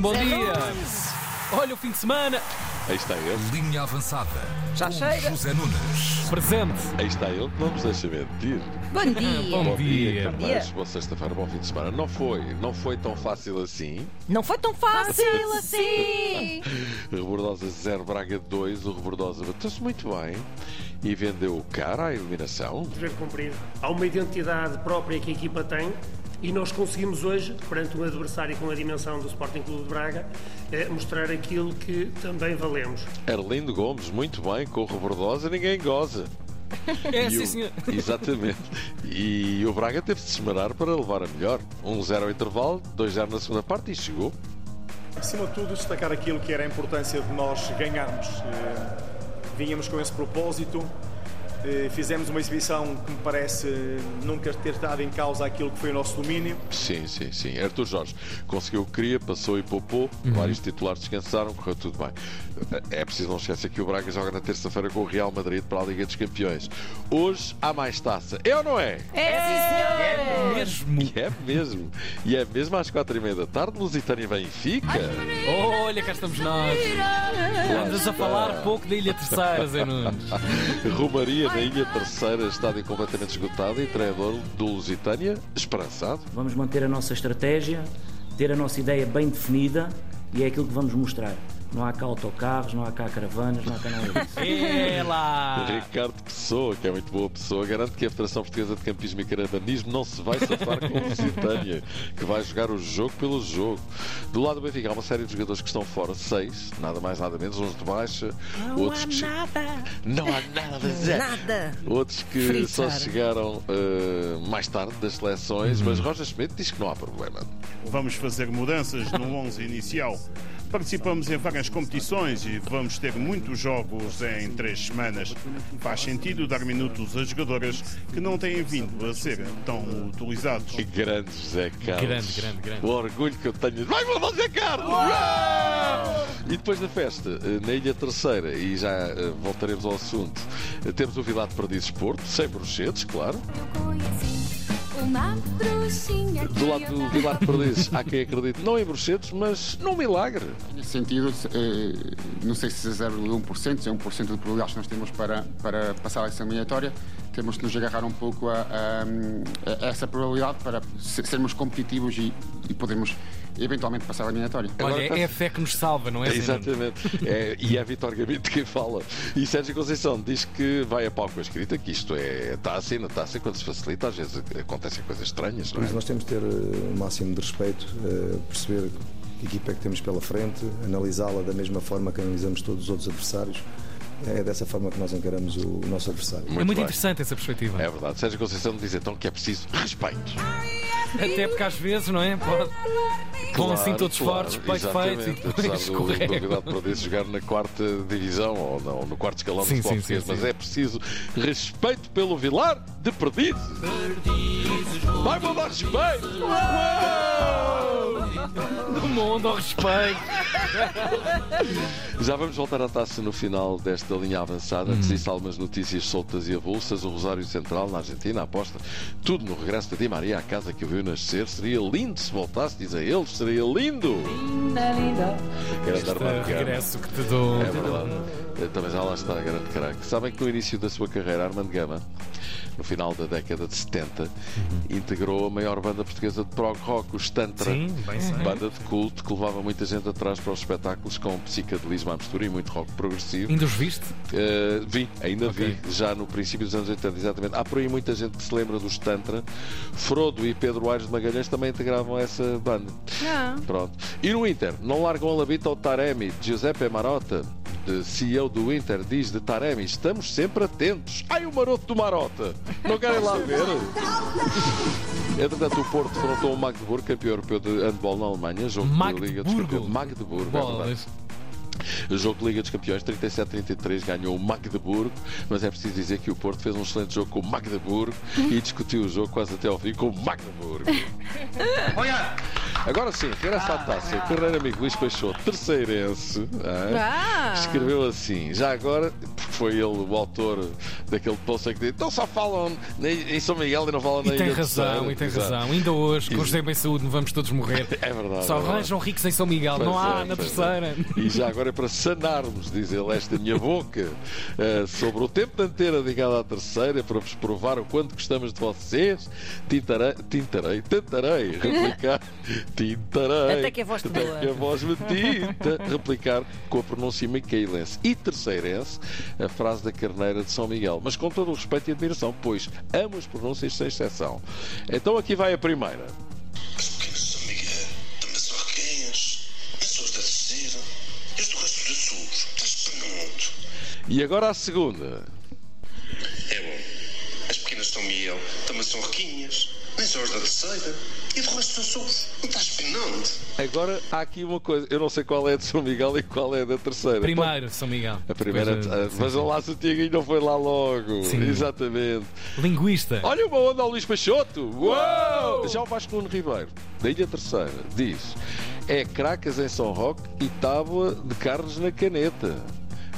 Bom dia. Olha o fim de semana. Aí está ele, Linha avançada. Já com chega. José Nunes. Presente. aí está ele, não nos deixa mentir. Bom dia. Bom dia. Carlos. dia. Boa sexta-feira, bom fim de semana. Não foi, não foi tão fácil assim. Não foi Ah, tão fácil Sim. Rebordosa 0, Braga 2. O Rebordosa bateu-se muito bem e vendeu cara à eliminação. dever cumprido. Há uma identidade própria que a equipa tem e nós conseguimos hoje, perante um adversário com a dimensão do Sporting Clube de Braga, eh, mostrar aquilo que também valemos. Arlindo Gomes, muito bem, com o Rebordosa ninguém goza. É, E sim, o- senhor. Exatamente. E o Braga teve de se esmerar para levar a melhor. 1-0 ao intervalo, 2-0 na segunda parte e chegou. Acima de tudo, destacar aquilo que era a importância de nós ganharmos. Eh, Vínhamos com esse propósito, eh, fizemos uma exibição que me parece eh, nunca ter estado em causa aquilo que foi o nosso domínio. Sim, sim, sim. Arthur Jorge conseguiu o que queria, passou e poupou. Vários titulares descansaram, correu tudo bem. É preciso não esquecer que o Braga joga na terça-feira com o Real Madrid para a Liga dos Campeões. Hoje há mais taça. É ou não é? Mesmo. É mesmo. E é mesmo às quatro e meia da tarde, Lusitânia Benfica. Olha, cá estamos nós. Andas a falar pouco da Ilha Terceira, Zé Nunes. Romaria na Ilha Terceira, estádio completamente esgotado e treinador do Lusitânia esperançado. Vamos manter a nossa estratégia, ter a nossa ideia bem definida e é aquilo que vamos mostrar. Não há cá autocarros, não há cá caravanas, não há cá nada disso. É lá. Ricardo Pessoa, que é muito boa pessoa, garante que a Federação Portuguesa de Campismo e Caravanismo não se vai safar com o Lusitânia, que vai jogar o jogo pelo jogo. Do lado do Benfica há uma série de jogadores que estão fora, seis, nada mais nada menos, uns de baixa, outros que... che- Não há nada, Zé. Nada. Outros que só chegaram eh, mais tarde das seleções, mas Roger Schmidt diz que não há problema. Vamos fazer mudanças no 11 inicial. Participamos em várias competições e vamos ter muitos jogos em três semanas. Faz sentido dar minutos a jogadores que não têm vindo a ser tão utilizados. Que grande José Carlos. Grande, grande, grande. O orgulho que eu tenho. Vai para o José Carlos! E depois da festa, eh, na Ilha Terceira, e já eh, voltaremos ao assunto, eh, temos o Vilado Perdizes Porto, sem bruxetes, claro. Eu conheci uma bruxinha que Do lado eu do não- Vilado Perdizes, há quem acredite, não em bruxetes, mas num milagre. Nesse sentido, se- eh, não sei se é 0,1%, se é 1% de probabilidades que nós temos para, para passar essa eliminatória, temos que nos agarrar um pouco a, a- a essa probabilidade para se- sermos competitivos e, e podermos eventualmente passar a eliminatória. Olha, é a fé que nos salva, não é, Zé Nunes? Exatamente. É, e é Vitor Gabito quem fala. E Sérgio Conceição diz que vai a pau com a escrita, que isto é taça e na taça, quando se facilita, às vezes acontecem coisas estranhas, não é? Mas nós temos de ter eh, o máximo de respeito, eh, perceber que equipa é que temos pela frente, analisá-la da mesma forma que analisamos todos os outros adversários. É dessa forma que nós encaramos o, o nosso adversário. É muito bem. interessante essa perspectiva. É verdade. Sérgio Conceição diz então que é preciso respeito. Até porque às vezes, não é? Pode. Com assim todos fortes, bem feitos e depois Apesar escorregam. do para jogar na quarta divisão ou não, no quarto escalão Sim, do futebol sim, sim, português, mas sim. é preciso respeito pelo Vilar de Perdizes. Vai mandar respeito! Do mundo ao respeito. Já vamos voltar à taça no final desta linha avançada. Uhum. Antes disso, algumas notícias soltas e avulsas. O Rosário Central na Argentina aposta tudo no regresso de Di Maria à casa que o viu nascer. Seria lindo se voltasse, diz a ele. Seria lindo! Grande Armando Este Gama. regresso que te dou. É verdade. Eh, Também já lá está, grande craque. Sabem que no início da sua carreira, Armando Gama, no final da década de 70, integrou a maior banda portuguesa de prog rock, os Tantra. Uhum. Sim, bem sei. Banda de culto que levava muita gente atrás para os espetáculos com psicadelismo à mistura e muito rock progressivo. Ainda os viste? Uh, vi, ainda Ok. vi, já no princípio dos anos 80, exatamente. Há por aí muita gente que se lembra dos Tantra. Frodo e Pedro Aires de Magalhães também integravam essa banda. Pronto. E no Inter, não largam a labita ao Taremi. Giuseppe Marota, de CEO do Inter, diz de Taremi: estamos sempre atentos. Ai, o maroto do Marota! Não querem lá ver? Entretanto, o Porto defrontou o Magdeburgo, campeão europeu de handball na Alemanha, jogo de Liga dos Magdeburgo. Campeões. Magdeburgo, é verdade. Bolas. Jogo de Liga dos Campeões, 37-33, ganhou o Magdeburgo, mas é preciso dizer que o Porto fez um excelente jogo com o Magdeburgo e discutiu o jogo quase até ao fim com o Magdeburgo. Agora sim, regressa à taça. Ah, O Carreiro amigo Luís Peixoto, terceirense, ah, Ah. escreveu assim: já agora, porque foi ele o autor daquele post em que diz, então só falam na- em São Miguel e não falam na E tem Ilha de razão, Sal." e tem Exato. razão. Ainda hoje, com Exato. o José Bem Saúde, não vamos todos morrer. É verdade. Só é verdade. arranjam ricos em São Miguel, não Pois há é, na pois terceira. é. E já agora é para sanarmos, diz ele, esta minha boca, eh, sobre o tempo de antena ligado à terceira, para vos provar o quanto gostamos de vocês, tintarei, tintarei, tentarei replicar, tintarei. Até que a voz te até doa. que a voz me tinta, replicar com a pronúncia micaelense e terceirense a frase da carneira de São Miguel, mas com todo o respeito e admiração, pois amo as pronúncias sem exceção. Então aqui vai a primeira. é E agora a segunda. É bom. As pequenas São Miguel também são riquinhas. Nem são as da terceira. E do resto dos outros. Não estás penante. Agora há aqui uma coisa, eu não sei qual é de São Miguel e qual é da terceira. Primeiro, São Miguel. A primeira, Depois, ah, eh, sim, mas sim. lá se o Tiaguinho não foi lá logo. Sim. Exatamente. Linguista. Olha uma onda ao Luís Peixoto. Uou! Já o Vasco Nuno Ribeiro, da Ilha Terceira, diz: é cracas em São Roque e tábua de carnes na caneta.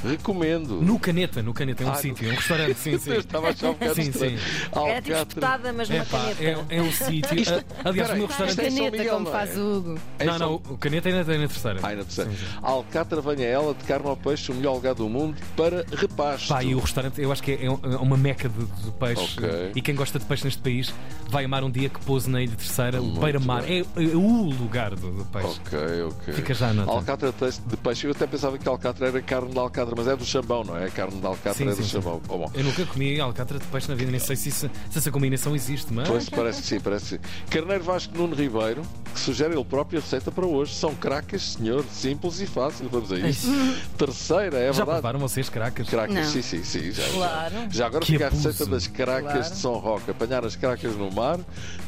Recomendo. No Caneta, no Caneta, é um Ah, sítio, no- é um restaurante, sim, sim. Eu estava a achar um bocado sim, sim. estranho. Era tipo espetada, mas numa Epá, caneta. é, é um sítio. Isto- Ah, Aliás, o peraí, meu isto é restaurante. em São Caneta, Miguel, como não é? faz o Hugo. É Não, em não, o Caneta ainda é na terceira. Ah, ainda percebe. Alcatra venha ela de carne ao peixe, o melhor lugar do mundo para repasto. Pá, e o restaurante, eu acho que é, é um- é uma meca de, de peixe. Ok. E quem gosta de peixe neste país vai amar um dia que pôs na Ilha Terceira, o Muito Beira-Mar. É, bem. é o lugar do, do peixe. Ok, ok. Fica já a nota. Alcatra texto de peixe. Eu até pensava que alcatra era carne de alcatra, mas é do chambão, não é? A carne de alcatra Sim, é sim, do sim. chambão. Oh, bom. Eu nunca comi alcatra de peixe na vida, nem sei se, isso- se essa combinação existe, mas. Pois, é parece que sim, parece que sim. Carneiro Vasco Nuno Ribeiro, que sugere ele próprio a receita para hoje. São cracas, senhor, simples e fácil. Vamos a isso. Terceira, é É Já verdade. provaram vocês cracas? Cracas, sim, sim, sim. Já, já. Claro. já agora Que fica abuso. a receita das cracas Claro. de São Roque. Apanhar as cracas no mar,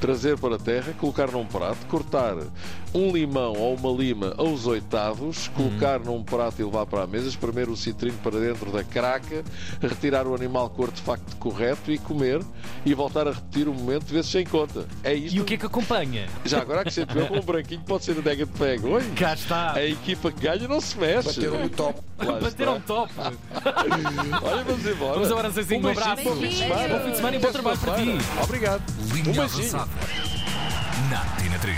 trazer para a terra, colocar num prato, cortar um limão ou uma lima aos oitavos, Uhum. colocar num prato e levar para a mesa, espremer o citrino para dentro da craca, retirar o animal com o artefacto correto e comer e voltar a repetir o momento vezes sem conta. É isto. E o que é que acompanha? Já agora que sempre eu com um branquinho pode ser o Dega de Pego. Oi? Cá está. A equipa que ganha não se mexe. Bateram o no top. Bateram top. é. Ah, Olha, vamos embora. Vamos embora, Zezinho. Um beijinho, abraço. bom fim de semana. Bom fim de semana e bom Até trabalho para ti. segunda-feira. Obrigado. Linha Um beijinho. avançada. Na Tina 3.